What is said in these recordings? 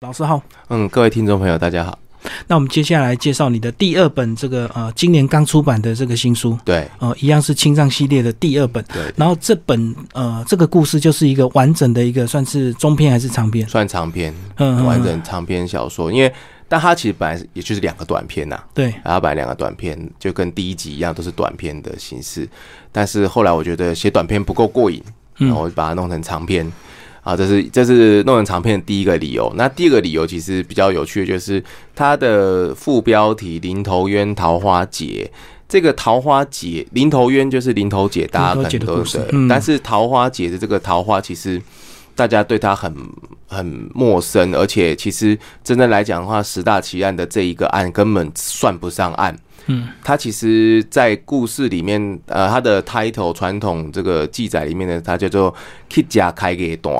老师好，嗯，各位听众朋友，大家好。那我们接下来介绍你的第二本这个呃，今年刚出版的这个新书，对呃，一样是青藏系列的第二本。对，然后这本呃，这个故事就是一个完整的一个，算是中篇还是长篇？算长篇，嗯，完嗯。嗯整长篇小说，因为但它其实本来是也就是两个短篇呐、对，然后本来两个短篇就跟第一集一样，都是短篇的形式。但是后来我觉得写短篇不够过瘾，嗯然后我就把它弄成长篇。啊，这是这是弄成长篇的第一个理由。那第二个理由其实比较有趣的就是它的副标题“林头冤桃花节”。这个桃花节，林头冤就是林头姐，大家林可头姐的能都故有事对嗯但是桃花节的这个桃花，其实大家对它很很陌生，而且其实真正来讲的话，十大奇案的这一个案根本算不上案。嗯，它其实，在故事里面，呃，它的 title 传统这个记载里面呢，它叫做 “K 家开给段”，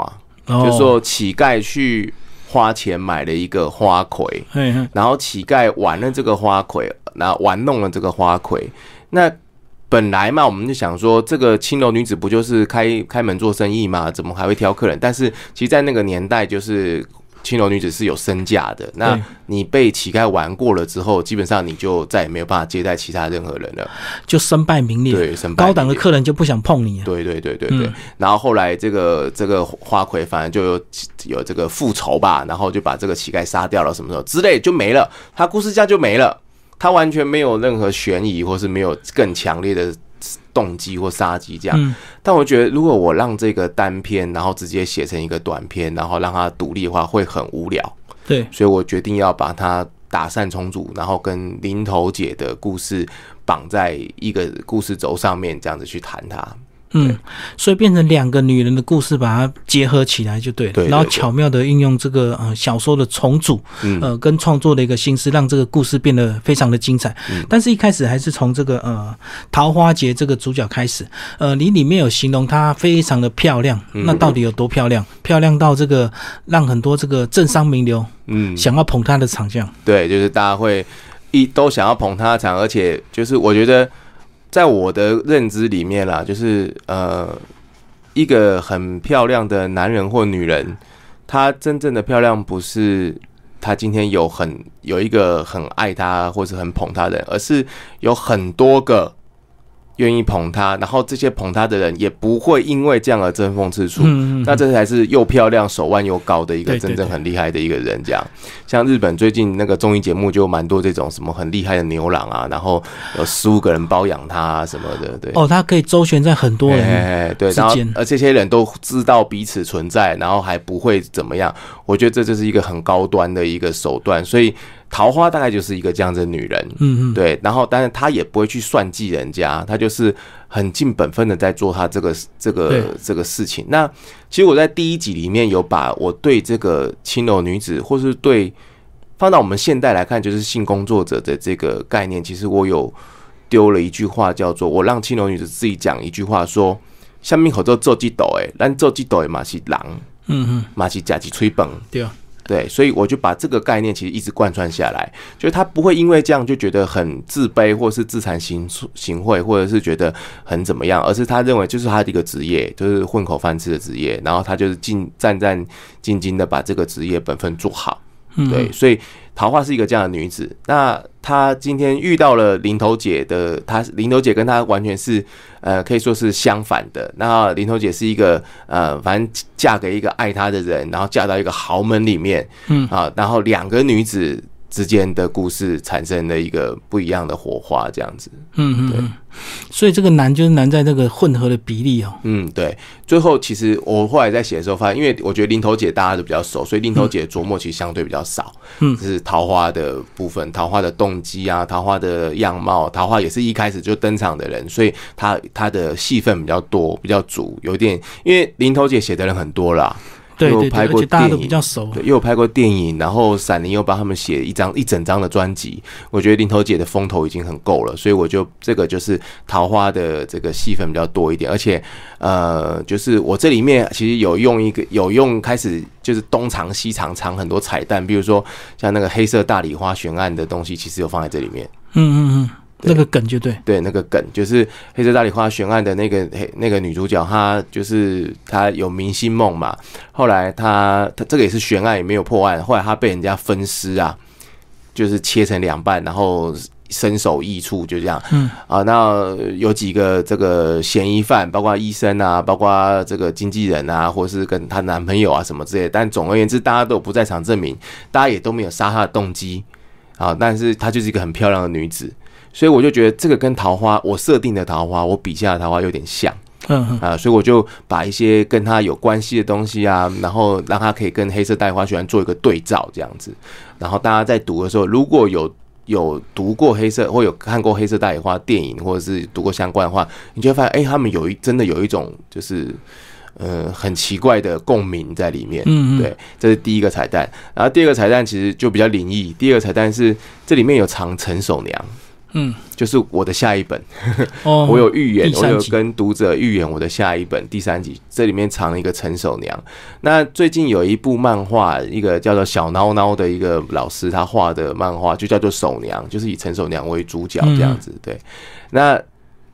哦就是，说乞丐去花钱买了一个花魁，嘿嘿，然后乞丐玩了这个花魁，那玩弄了这个花魁。那本来嘛，我们就想说，这个青楼女子不就是开开门做生意嘛，怎么还会挑客人？但是其实，在那个年代，就是青楼女子是有身价的。那对你被乞丐玩过了之后，基本上你就再也没有办法接待其他任何人了。就身败名裂，对，身败高档的名裂客人就不想碰你啊。对对对对对。嗯然后后来这个这个花魁反正就有有这个复仇吧，然后就把这个乞丐杀掉了，什么什么之类就没了，他故事这样就没了，他完全没有任何悬疑或是没有更强烈的动机或杀机这样。嗯但我觉得，如果我让这个单篇，然后直接写成一个短篇，然后让它独立的话，会很无聊。对，所以我决定要把它打散重组，然后跟林头姐的故事绑在一个故事轴上面，这样子去谈它。嗯，所以变成两个女人的故事，把它结合起来就对了。对对然后对巧妙的运用这个呃小说的重组，嗯呃，跟创作的一个心思，让这个故事变得非常的精彩。嗯但是，一开始还是从这个呃桃花节这个主角开始。呃，你里面有形容她非常的漂亮，嗯那到底有多漂亮？漂亮到这个让很多这个政商名流嗯，想要捧她的场相。对，就是大家会一都想要捧他的场，而且就是我觉得，在我的认知里面啦，就是呃，一个很漂亮的男人或女人，他真正的漂亮不是他今天有很有一个很爱他或是很捧他的人，而是有很多个。愿意捧他，然后这些捧他的人也不会因为这样而争风吃醋。嗯嗯嗯那这才是又漂亮、手腕又高的一个对对真正对很厉害的一个人。这样，像日本最近那个综艺节目就蛮多这种什么很厉害的牛郎啊，然后有十五个人包养他、啊、什么的，对。哦，她可以周旋在很多人。哎，哎对，之然后间而这些人都知道彼此存在，然后还不会怎么样，我觉得这就是一个很高端的一个手段。所以桃花大概就是一个这样子的女人，嗯嗯，对，然后但是他也不会去算计人家，他就是很尽本分的在做他这个这对个这个事情。那其实我在第一集里面有把我对这个青楼女子，或是对放到我们现代来看，就是性工作者的这个概念，其实我有丢了一句话，叫做“我让青楼女子自己讲一句话说下面口罩做几斗哎，咱做几斗哎嘛是狼，嗯嗯，嘛是假鸡吹本。”对啊，对，所以我就把这个概念其实一直贯穿下来，就是他不会因为这样就觉得很自卑，或是自惭形形秽，或者是觉得很怎么样，而是他认为就是他的一个职业，就是混口饭吃的职业，然后他就是尽战战兢兢的把这个职业本分做好。嗯对，所以桃花是一个这样的女子。那她今天遇到了林头姐的，她林头姐跟她完全是呃，可以说是相反的。那林头姐是一个呃，反正嫁给一个爱她的人，然后嫁到一个豪门里面，嗯啊，然后两个女子之间的故事产生了一个不一样的火花，这样子。嗯嗯嗯，所以这个难就是难在这个混合的比例哦。嗯，对。最后其实我后来在写的时候发现，因为我觉得林头姐大家都比较熟，所以林头姐琢磨其实相对比较少。嗯就是桃花的部分，桃花的动机啊，桃花的样貌，桃花也是一开始就登场的人，所以她她的戏份比较多，比较足，有点因为林头姐写的人很多啦。对又对对，拍而过且大家电都比影较熟。对，又有拍过电影，然后闪灵又帮他们写一张一整张的专辑。我觉得林头姐的风头已经很够了，所以我就这个就是桃花的这个戏份比较多一点，而且呃，就是我这里面其实有用一个有用开始就是东藏西藏藏很多彩蛋，比如说像那个黑色大礼花悬案的东西，其实有放在这里面。嗯嗯嗯，那个梗就对，对，那个梗就是《黑色大理花》悬案的那个黑那个女主角，她就是她有明星梦嘛。后来她她这个也是悬案，也没有破案。后来她被人家分尸啊，就是切成两半，然后身首异处，就这样。嗯啊，那有几个这个嫌疑犯，包括医生啊，包括这个经纪人啊，或是跟她男朋友啊什么之类的。但总而言之，大家都有不在场证明，大家也都没有杀她的动机。啊，但是她就是一个很漂亮的女子。所以我就觉得这个跟桃花，我设定的桃花，我笔下的桃花有点像嗯嗯啊、所以我就把一些跟他有关系的东西啊，然后让他可以跟黑色带花学院做一个对照这样子。然后大家在读的时候，如果有有读过黑色或有看过黑色带花电影，或者是读过相关的话，你就会发现，哎、他们有一真的有一种就是。呃，很奇怪的共鸣在里面。嗯，嗯对，这是第一个彩蛋。然后第二个彩蛋其实就比较灵异。第二个彩蛋是这里面有藏陈守娘，嗯就是我的下一本，哦，我有预言第，我三有集跟读者预言我的下一本第三集，这里面藏了一个陈守娘。那最近有一部漫画，一个叫做小孬孬的一个老师，他画的漫画就叫做守娘，就是以陈守娘为主角这样子。嗯对，那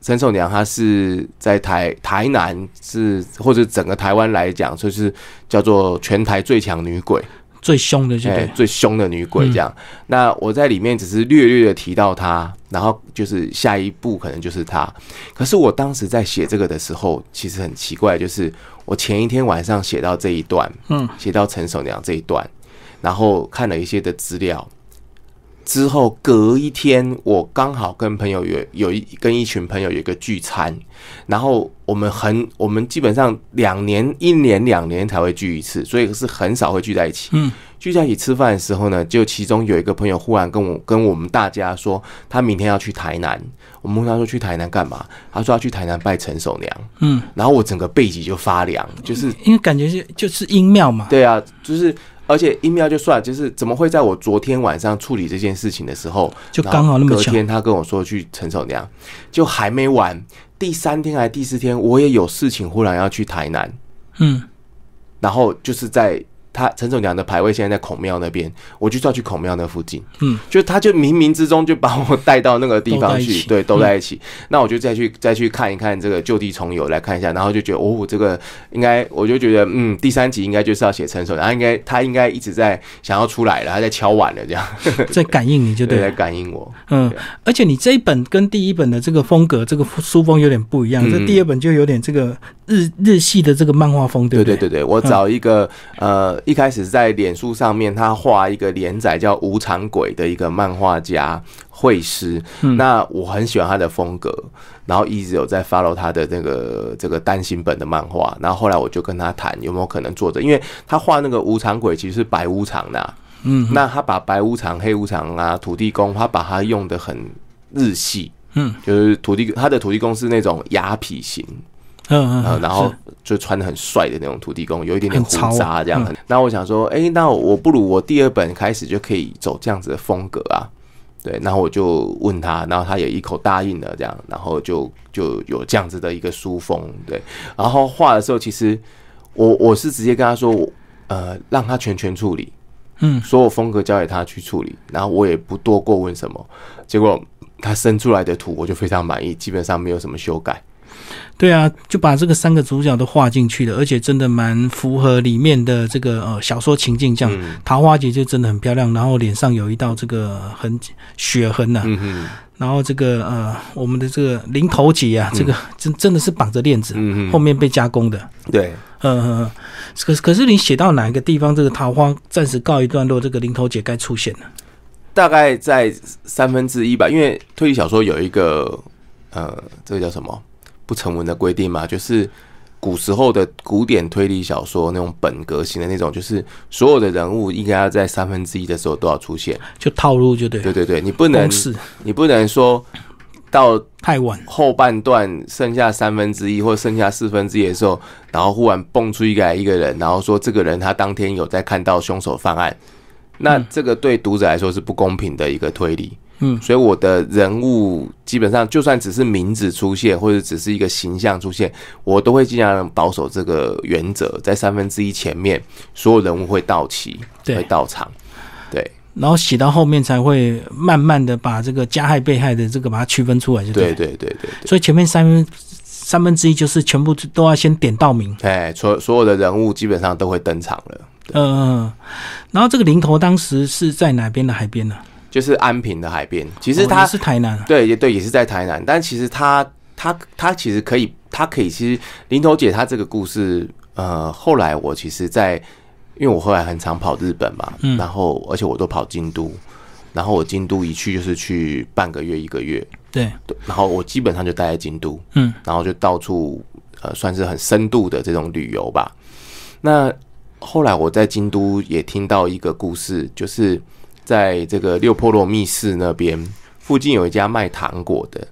陈守娘她是在台台南是或者整个台湾来讲，就是叫做全台最强女鬼。最凶的就哎对，嗯最凶的女鬼这样。那我在里面只是略略的提到她，然后就是下一步可能就是她。可是我当时在写这个的时候，其实很奇怪，就是我前一天晚上写到这一段，嗯，写到陈守娘这一段，然后看了一些的资料。之后隔一天，我刚好跟朋友有有一跟一群朋友有一个聚餐，然后我们很我们基本上两年一年两年才会聚一次，所以是很少会聚在一起。嗯，聚在一起吃饭的时候呢，就其中有一个朋友忽然跟我跟我们大家说，他明天要去台南。我们问他说去台南干嘛？他说要去台南拜陈守娘。嗯，然后我整个背脊就发凉， 就是因为感觉就就是音庙嘛，对啊，就是而且一秒就算，就是怎么会在我昨天晚上处理这件事情的时候，就然刚后好那么隔巧，天他跟我说去陈守娘，就还没完，第三天还是第四天，我也有事情忽然要去台南。嗯然后就是在他陈守娘的牌位现在在孔庙那边，我就是要去孔庙那附近，嗯，就他就冥冥之中就把我带到那个地都方在一去，起对，都嗯在一起。那我就再去再去看一看这个就地重游，来看一下，然后就觉得哦，这个应该我就觉得嗯，第三集应该就是要写陈守娘，他应该他应该一直在想要出来了，他在敲碗了这样， 在感应你就对对，了 在，感应我，嗯，而且你这一本跟第一本的这个风格、这个书风有点不一样，嗯这第二本就有点这个日日系的这个漫画风，对对不对对？对对，我找一个、呃，一开始在脸书上面，他画一个连载叫《无常鬼》的一个漫画家绘师，那我很喜欢他的风格，然后一直有在 follow 他的那个这个单行本的漫画，然后后来我就跟他谈有没有可能做这，因为他画那个无常鬼其实是白无常的啊、嗯那他把白无常、黑无常啊、土地公，他把它用的很日系，嗯就是土地他的土地公是那种羊皮型，嗯呃，嗯，然后就穿的很帅的那种土地公，有一点点很胡潮啊嗯渣这样。那我想说，哎、那我不如我第二本开始就可以走这样子的风格啊。对，然后我就问他，然后他也一口答应了，这样，然后就就有这样子的一个书风，对。然后画的时候，其实我我是直接跟他说，我呃，让他全权处理，嗯所有风格交给他去处理，然后我也不多过问什么。结果他生出来的图，我就非常满意，基本上没有什么修改。对啊，就把这个三个主角都画进去了，而且真的蛮符合里面的这个呃小说情境，这样、嗯桃花节就真的很漂亮，然后脸上有一道这个痕血痕呐、嗯哼，然后这个呃我们的这个零头姐啊，这个真真的是绑着链子，嗯后哼，面被加工的。对。嗯，嗯嗯可是可是你写到哪一个地方，这个桃花暂时告一段落，这个零头姐该出现了。大概在三分之一吧，因为推理小说有一个呃，这个叫什么不成文的规定嘛，就是古时候的古典推理小说那种本格型的那种，就是所有的人物应该要在三分之一的时候都要出现。就套路就对，对对对，你不能公式你不能说到太晚，后半段剩下三分之一或剩下四分之一的时候，然后忽然蹦出一个来一个人，然后说这个人他当天有在看到凶手犯案，那这个对读者来说是不公平的一个推理。嗯所以我的人物基本上就算只是名字出现或者只是一个形象出现，我都会尽量保守这个原则，在三分之一前面所有人物会到齐，对会到场。对，然后写到后面才会慢慢的把这个加害被害的这个把它区分出来，就对了。对对对对，所以前面三分三分之一就是全部都要先点到名，哎，所所有的人物基本上都会登场了，呃，然后这个零头当时是在哪边的海边呢、就是安平的海边。其哦实也他、是台南啊，对也对也是在台南，但其实他他他其实可以，他可以其实林头姐她这个故事，呃，后来我其实在，因为我后来很常跑日本嘛，嗯然后而且我都跑京都，然后我京都一去就是去半个月一个月，对，对然后我基本上就待在京都，嗯，然后就到处呃算是很深度的这种旅游吧。那后来我在京都也听到一个故事，就是在这个六波罗密寺那边附近有一家卖糖果的，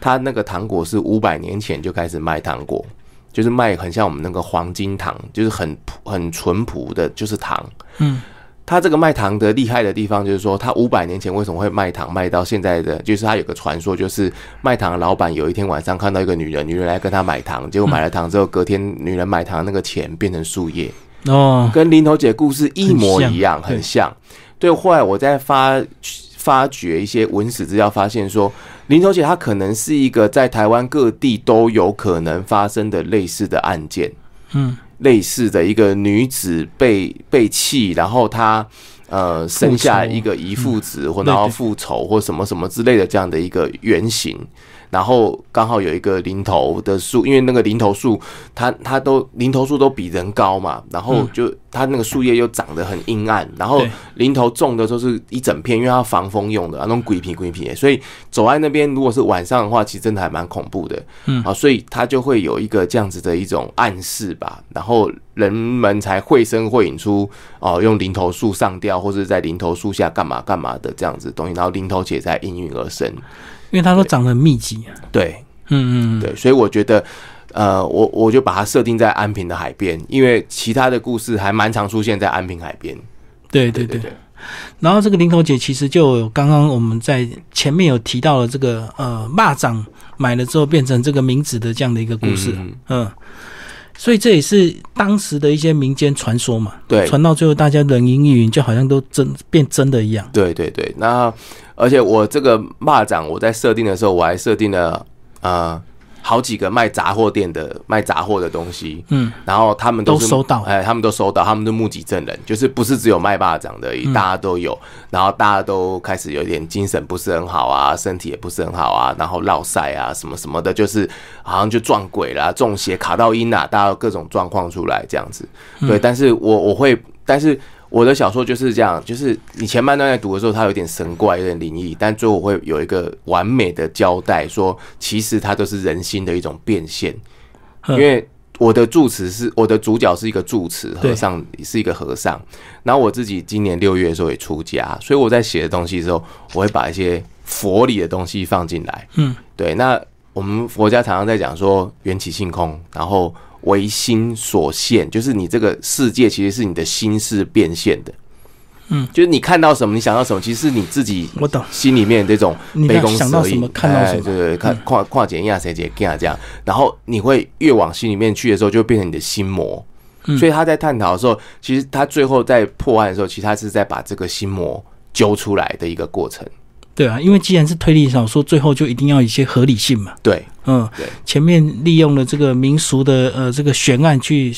他那个糖果是五百年前就开始卖糖果，就是卖很像我们那个黄金糖，就是很朴很淳朴的，就是糖。嗯，他这个卖糖的厉害的地方，就是说他五百年前为什么会卖糖卖到现在的，就是他有个传说，就是卖糖的老板有一天晚上看到一个女人，女人来跟他买糖，结果买了糖之后，隔天女人买糖的那个钱变成树叶，哦，跟林头姐故事一模一样，很像很像。对，后来我在发发掘一些文史资料，发现说林头姐她可能是一个在台湾各地都有可能发生的类似的案件。嗯，类似的一个女子被被弃，然后她呃生下一个遗腹子，或对然后对复仇或什么什么之类的这样的一个原型。然后刚好有一个零头的树，因为那个零头树，它它都零头树都比人高嘛，然后嗯就、它那个树叶又长得很阴暗，然后对零头种的都是一整片，因为它防风用的，那种鬼皮鬼皮的，所以走在那边如果是晚上的话，其实真的还蛮恐怖的。啊，所以它就会有一个这样子的一种暗示吧，然后人们才绘声绘影出哦、用零头树上吊或是在零头树下干嘛干嘛的这样子的东西，然后零头姐才应运而生。因为它都长得很密集，啊对嗯嗯嗯，对，所以我觉得，呃，我我就把它设定在安平的海边，因为其他的故事还蛮常出现在安平海边。对对对对。对，然后这个林头姐其实就有刚刚我们在前面有提到了这个呃蚂蚱买了之后变成这个名字的这样的一个故事，嗯嗯嗯所以这也是当时的一些民间传说嘛，对传到最后大家人云亦云，就好像都真变真的一样，对对对，那而且我这个蚂蚱，我在设定的时候，我还设定了呃好几个卖杂货店的卖杂货的东西，嗯，然后他们都是都收到哎，他们都收到，他们都目击证人，就是不是只有卖霸掌的而已，大家都有，然后大家都开始有点精神不是很好啊，身体也不是很好啊，然后落晒啊什么什么的，就是好像就撞鬼啦、中邪、卡到音啊，大家有各种状况出来这样子。对，但是我我会，但是我的小说就是这样，就是你前半段在读的时候，它有点神怪，有点灵异，但最后我会有一个完美的交代，说其实它都是人心的一种变现。嗯因为我的住持是我的主角是一个住持对和尚，是一个和尚。然后我自己今年六月的时候也出家，所以我在写的东西的时候，我会把一些佛理的东西放进来。嗯，对。那我们佛家常常在讲说缘起性空，然后唯心所现，就是你这个世界其实是你的心是变现的。嗯，就是你看到什么，你想到什么，其实是你自己我懂，心里面这种你杯弓想到蛇什影么看到什么嗯哎对对，对看跨跨姐亚谁姐亚这样，然后你会越往心里面去的时候，就会变成你的心魔。嗯所以他在探讨的时候，其实他最后在破案的时候，其实他是在把这个心魔揪出来的一个过程。对啊，因为既然是推理小说，最后就一定要有一些合理性嘛，对，嗯对，前面利用了这个民俗的呃这个悬案去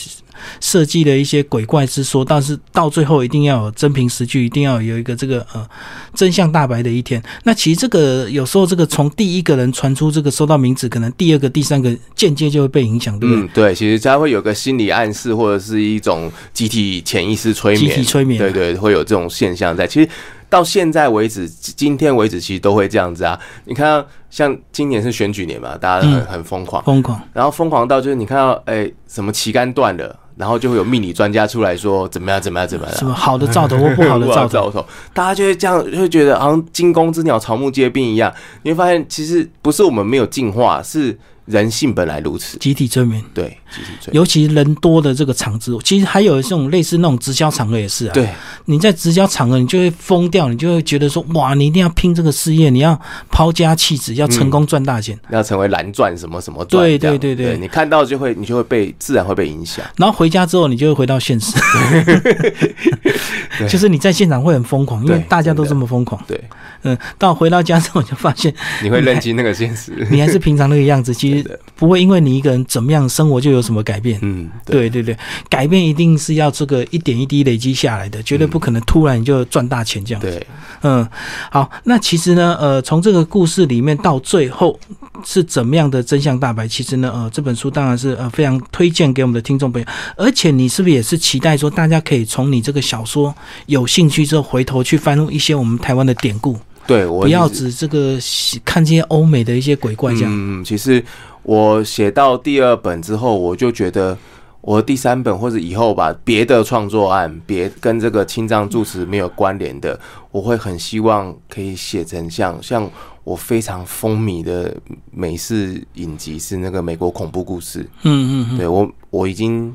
设计了一些鬼怪之说，但是到最后一定要有真凭实据，一定要有一个这个呃真相大白的一天。那其实这个有时候这个从第一个人传出这个收到名字，可能第二个、第三个间接就会被影响，对不对？嗯，对，其实他会有个心理暗示，或者是一种集体潜意识催眠，集体催眠啊对对，会有这种现象在。其实到现在为止，今天为止，其实都会这样子啊。你看到，像今年是选举年嘛，大家很嗯很疯狂，疯狂，然后疯狂到就是你看到哎、什么旗杆断了，然后就会有命理专家出来说怎么样怎么样怎么样，什么好的 兆头或不好的哎不兆好头，兆头，大家就会这样，就会觉得好像惊弓之鸟草木皆兵一样。你会发现，其实不是我们没有进化，是人性本来如此。集体催眠。对，集体罪。尤其人多的这个场子，其实还有这种类似那种直销场合也是啊。对，你在直销场合，你就会疯掉，你就会觉得说，哇，你一定要拼这个事业，你要抛家弃子，要成功赚大嗯钱。要成为蓝钻什么什么钻这对样，对对对你看到就会，你就会被自然会被影响。然后回回家之后，你就会回到现实， 对就是你在现场会很疯狂，因为对大家都真这的么疯狂。对，嗯，到回到家之后，就发现你会认清那个现实。你还是平常那个样子，其真实的不会因为你一个人怎么样，生活就有什么改变。嗯，对，对对对，改变一定是要这个一点一滴累积下来的，绝对不可能突然就赚大钱这样。嗯对，嗯，好，那其实呢，呃，从这个故事里面到最后是怎么样的真相大白？其实呢，呃，这本书当然是呃非常推荐给我们的听众朋友，而且你是不是也是期待说大家可以从你这个小说有兴趣之后，回头去翻录一些我们台湾的典故，对嗯我不要一直只这个看这些欧美的一些鬼怪这样。嗯，其实我写到第二本之后，我就觉得我第三本或者以后吧，别的创作案，别跟这个青藏住持没有关联的，我会很希望可以写成像像我非常风靡的美式影集是那个美国恐怖故事，嗯嗯嗯，对我我已经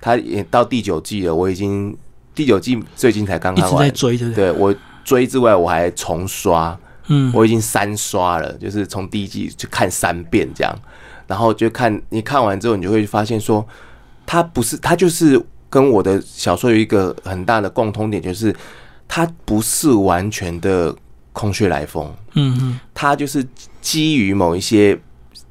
他也到第九季了，我已经第九季最近才刚一看直在完，追，对不对？对我追之外我还重刷。嗯，我已经三刷了，就是从第一季去看三遍这样，然后就看你看完之后，你就会发现说，它不是它就是跟我的小说有一个很大的共通点，就是它不是完全的空穴来风，嗯嗯它就是基于某一些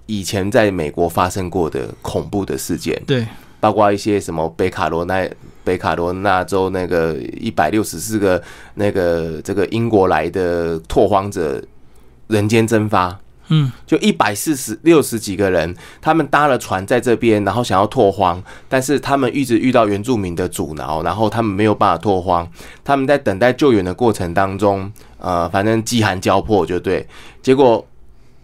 以前在美国发生过的恐怖的事件，对，包括一些什么北卡罗来北卡罗纳州那个一百六十四个那个这个英国来的拓荒者人间蒸发，嗯就一百四十六十几个人，他们搭了船在这边，然后想要拓荒，但是他们一直遇到原住民的阻挠，然后他们没有办法拓荒。他们在等待救援的过程当中，呃，反正饥寒交迫就对。结果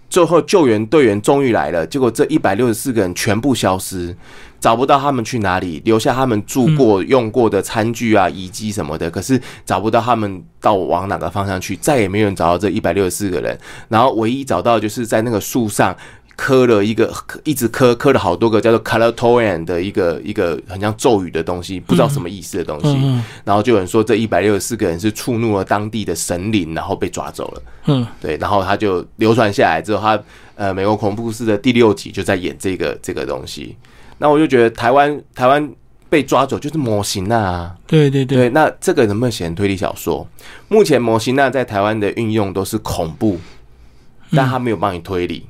最后救援队员终于来了，结果这一百六十四个人全部消失，找不到他们去哪里，留下他们住过、用过的餐具啊、遗迹什么的，可是找不到他们到往哪个方向去，再也没有人找到这一百六十四个人。然后唯一找到的就是在那个树上刻了一个，一直刻刻了好多个叫做 c o l o r t o r a n 的一个一个很像咒语的东西，不知道什么意思的东西。嗯然后就有人说这一百六十四个人是触怒了当地的神灵，然后被抓走了。嗯对，然后他就流传下来之后，他呃，美国恐怖故事的第六集就在演这个这个东西。那我就觉得台湾台湾被抓走就是模型啊，对对对，对，那这个能不能写成推理小说？目前模型啊那在台湾的运用都是恐怖，嗯但他没有帮你推理，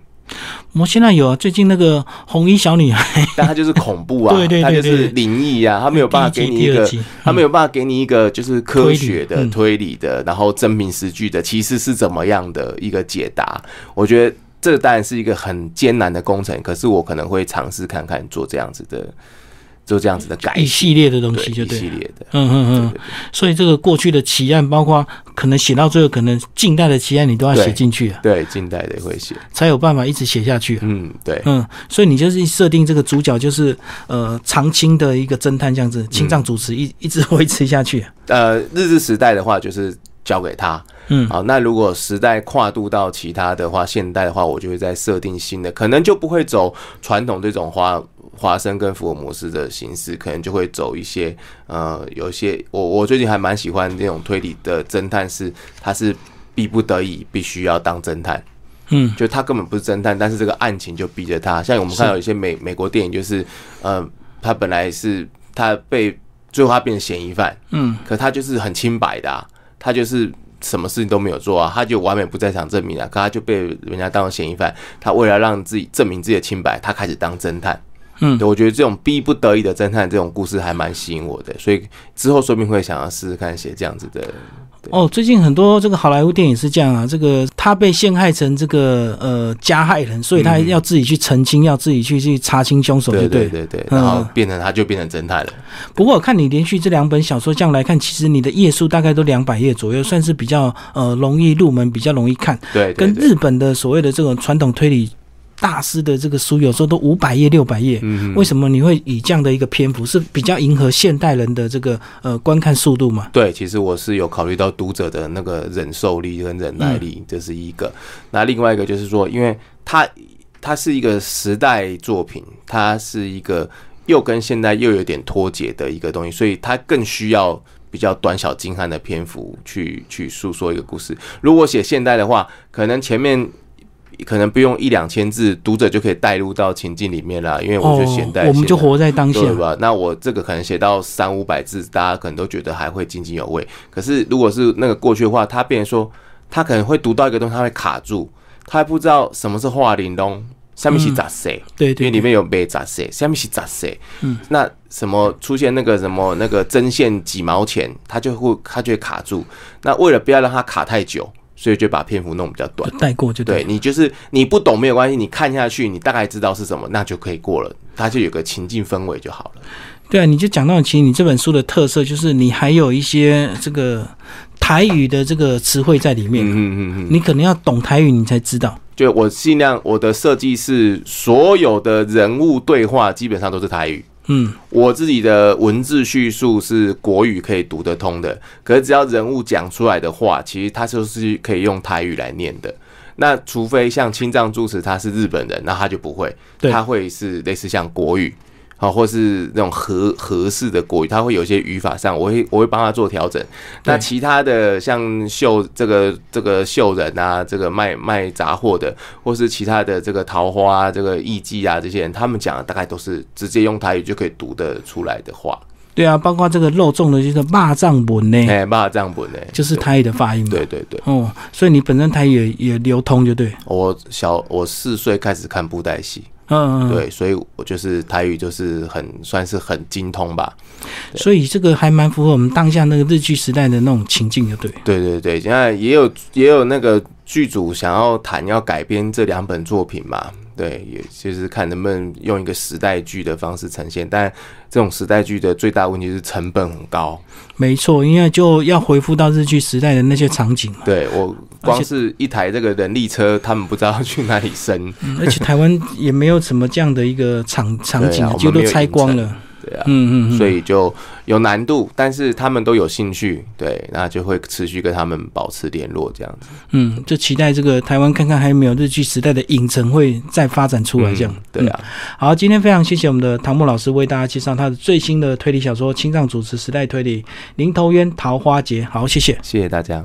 我现在有啊最近那个红衣小女孩，但他就是恐怖 啊，对对对他就对是对灵异啊，他没有办法第给一你集一第二个集，他没有办法给你一个就是科学推、的理嗯推理的，然后证明实据的，其实是怎么样的一个解答。我觉得这当然是一个很艰难的工程，可是我可能会尝试看看做这样子的，做这样子的改嗯一系列的东西就一对系了。列的。嗯嗯嗯对，所以这个过去的奇案，包括可能写到最后，可能近代的奇案你都要写进去啊，对，近代的也会写，才有办法一直写下去啊、嗯，对，嗯，所以你就是设定这个主角就是呃长青的一个侦探这样子，嗯青藏主持一一直维持下去啊、呃，日治时代的话就是交给他，嗯好，那如果时代跨度到其他的话，现代的话，我就会再设定新的，可能就不会走传统这种华华生跟福尔摩斯的形式，可能就会走一些呃，有一些我我最近还蛮喜欢那种推理的侦探是，他是逼不得已必须要当侦探，嗯，就他根本不是侦探，但是这个案情就逼着他。像我们看到有一些美美国电影，就是呃，他本来是他被最后他变成嫌疑犯，嗯，可他就是很清白的、啊，他就是什么事情都没有做啊，他就完美不在场证明啊，可他就被人家当成嫌疑犯。他为了让自己证明自己的清白，他开始当侦探。嗯对，我觉得这种逼不得已的侦探这种故事还蛮吸引我的，所以之后说不定会想要试试看写这样子的。哦，最近很多这个好莱坞电影是这样啊，这个他被陷害成这个呃加害人，所以他嗯要自己去澄清，要自己去去查清凶手，对就对对了。对对，嗯然后变成他就变成侦探了。不过我看你连续这两本小说这样来看，其实你的页数大概都两百页左右，算是比较呃容易入门，比较容易看。对，对跟对日本的所谓的这种传统推理大师的这个书，有时候都五百页、六百页。嗯为什么你会以这样的一个篇幅，是比较迎合现代人的这个呃观看速度嘛？对，其实我是有考虑到读者的那个忍受力跟忍耐嗯力，这是一个。那另外一个就是说，因为它它是一个时代作品，它是一个又跟现代又有点脱节的一个东西，所以它更需要比较短小精悍的篇幅去去诉说一个故事。如果写现代的话，可能前面。可能不用一两千字，读者就可以带入到情境里面啦。因为我哦就现代，，我们就活在当下。对吧？那我这个可能写到三五百字，大家可能都觉得还会津津有味。可是如果是那个过去的话，他变成说，他可能会读到一个东西，他会卡住，他还不知道什么是画玲珑，下面是杂谁，对因为对里对，面有没杂谁，下面是杂谁。嗯，那什么出现那个什么那个针线几毛钱，他就会他就会卡住。那为了不要让它卡太久，所以就把篇幅弄比较短。就带过就对。对你就是你不懂没有关系，你看下去，你大概知道是什么，那就可以过了，它就有个情境氛围就好了。对啊，你就讲到，其实你这本书的特色就是你还有一些这个台语的这个词汇在里面，嗯嗯嗯嗯，你可能要懂台语你才知道。就我尽量我的设计是所有的人物对话基本上都是台语。嗯，我自己的文字叙述是国语可以读得通的，可是只要人物讲出来的话，其实它就是可以用台语来念的。那除非像青藏住持他是日本人，那他就不会，对他会是类似像国语，好、或是那种合合适的国语，他会有一些语法上，我会我会帮他做调整。那其他的像秀这个这个秀人啊，这个卖卖杂货的，或是其他的这个桃花、啊、这个艺妓啊这些人，他们讲的大概都是直接用台语就可以读得出来的话。对啊，包括这个肉粽的就是蚂蚱文呢，哎、骂这样本呢，嗯就是台语的发音嘛。对对对，哦，所以你本身台语也也流通就对。我小我四岁开始看布袋戏，嗯，嗯，嗯对，所以我就是台语就是很算是很精通吧。所以这个还蛮符合我们当下那个日剧时代的那种情境，就对。对对对，现在也有也有那个剧组想要谈要改编这两本作品嘛，对，也就是看能不能用一个时代剧的方式呈现。但这种时代剧的最大问题是成本很高，没错，因为就要回复到日剧时代的那些场景嘛。对我而且光是一台这个人力车，他们不知道去哪里生， 嗯而且台湾也没有什么这样的一个场场景对啊，就我们都没有拆光了。对啊。嗯嗯嗯。所以就有难度，但是他们都有兴趣，对，那就会持续跟他们保持联络，这样子。嗯，就期待这个台湾看看还有没有日剧时代的影城会再发展出来这样。嗯对啊，好，今天非常谢谢我们的唐木老师为大家介绍他的最新的推理小说《青藏主持时代推理》《零头渊桃花劫》。好，谢谢。谢谢大家。